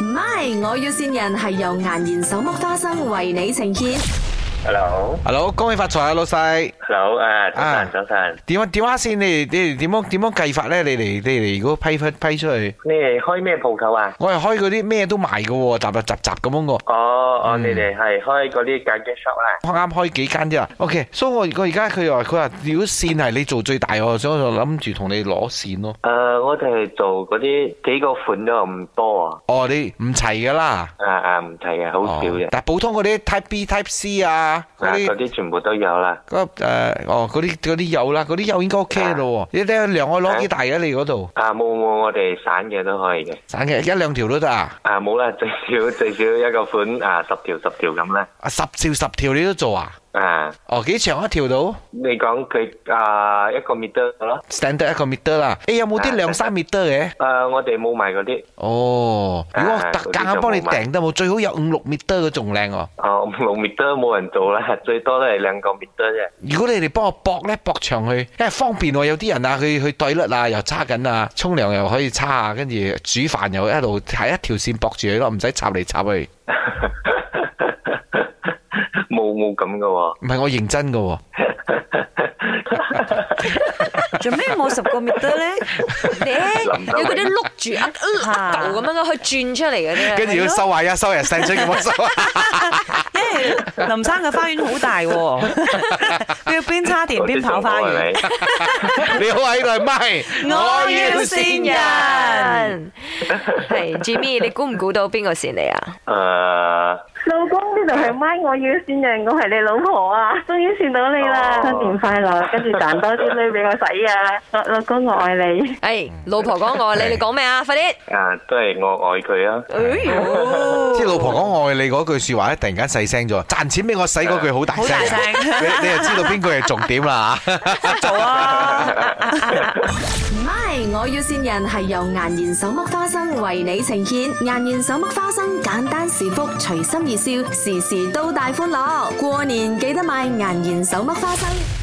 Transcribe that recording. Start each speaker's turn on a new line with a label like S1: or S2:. S1: MY，我要線人係由顏然手剝花生為你呈現。
S2: Hello，Hello，
S3: Hello，恭喜發財啊，老細！
S2: 啊，早
S3: 啊
S2: 晨，早晨。
S3: 點啊點啊先，你哋你哋點樣點樣計法咧？你哋你哋如果批批批出去，
S2: 你哋開咩鋪頭啊？
S3: 我係開嗰啲咩都賣嘅喎，雜雜雜雜咁樣嘅。
S2: 哦，哦，
S3: 嗯
S2: 你哋係開嗰啲間嘅 shop 啦。
S3: 我啱開幾間啫，OK，所以我我而家佢話佢話如果線係你做最大喎，所以我就諗住同你攞線咯。
S2: 誒，我哋做嗰啲幾個款都唔多啊，
S3: 哦，你唔齊噶啦，
S2: 啊啊唔齊啊，好少
S3: 哦
S2: 嘅。
S3: 但普通嗰啲 Type B、Type C 啊，嗰
S2: 啊，
S3: 啲
S2: 嗰啲全部都有啦。
S3: 嗰誒哦嗰啲嗰啲有啦，嗰啲有應該 OK 咯喎。你你量我攞幾大啊？你嗰度
S2: 啊，冇冇，我哋散嘅都可以嘅。
S3: 散嘅一兩條都得啊？
S2: 啊，冇啦， 最少最少一個款啊，十條十條咁啦。
S3: 啊十條十條你都做啊？
S2: 啊，
S3: 哦，幾長一條到？
S2: 你講佢啊一個 meter 咯。
S3: standard 一個 meter 啦。誒有冇啲
S2: 啊
S3: 兩三 meter 嘅？
S2: 誒，我哋冇賣嗰啲，
S3: 哦，如果我
S2: 啊
S3: 特價硬幫你
S2: 嗰啲就冇賣
S3: 訂得冇，最好有五六 meter 嘅仲靚喎。
S2: 哦，六 meter 冇人做 啦，最多都係兩個 meter 啫。
S3: 如果你哋幫我搏咧，搏長去，因為方便喎。有啲人啊，佢去對率啊，又叉緊啊，沖涼又可以叉啊，跟住煮飯又一路係一條線搏住佢咯，唔使插嚟插去。
S2: 冇冇咁噶喎，
S3: 唔係我認真嘅喎，
S4: 做咩冇十個 meter 咧？
S2: 林德榮
S5: 有嗰啲碌住呃一嚿咁樣嘅，佢轉出嚟嗰啲啊。
S3: 跟住要收下一收人細水咁樣收下。
S4: 因為林生嘅花園好大 喎，佢要邊叉電邊跑花
S2: 嗰
S4: 園。
S2: 啲仲好啊
S3: 你好喺度咪，
S4: 我
S5: 哎
S4: 要線人。
S5: 係 Jimmy，你估唔估到邊個線你啊？
S2: 你誒，
S6: 老公呢度係咪我要善人，我係你老婆啊！終於善到你啦，
S2: 哦
S6: 新年快樂，跟住賺多啲 女俾我使啊！老老公我愛你，
S5: 誒，哎老婆講我，你
S3: 係
S5: 你講咩啊？快啲！
S2: 啊，都係我愛佢啊，
S4: 哎 Ừ.
S3: 即係老婆講我愛你嗰句説話咧，突然間細聲咗，賺錢俾我使嗰句好大聲，
S4: 好大聲
S3: 你你就知道邊句係重點啦嚇。
S4: 做啊！
S1: MY，我要線人係由顏然手剝花生為你呈現。顏然手剝花生，簡單是福，隨心而笑，時時都大歡樂。過年記得買顏然手剝花生。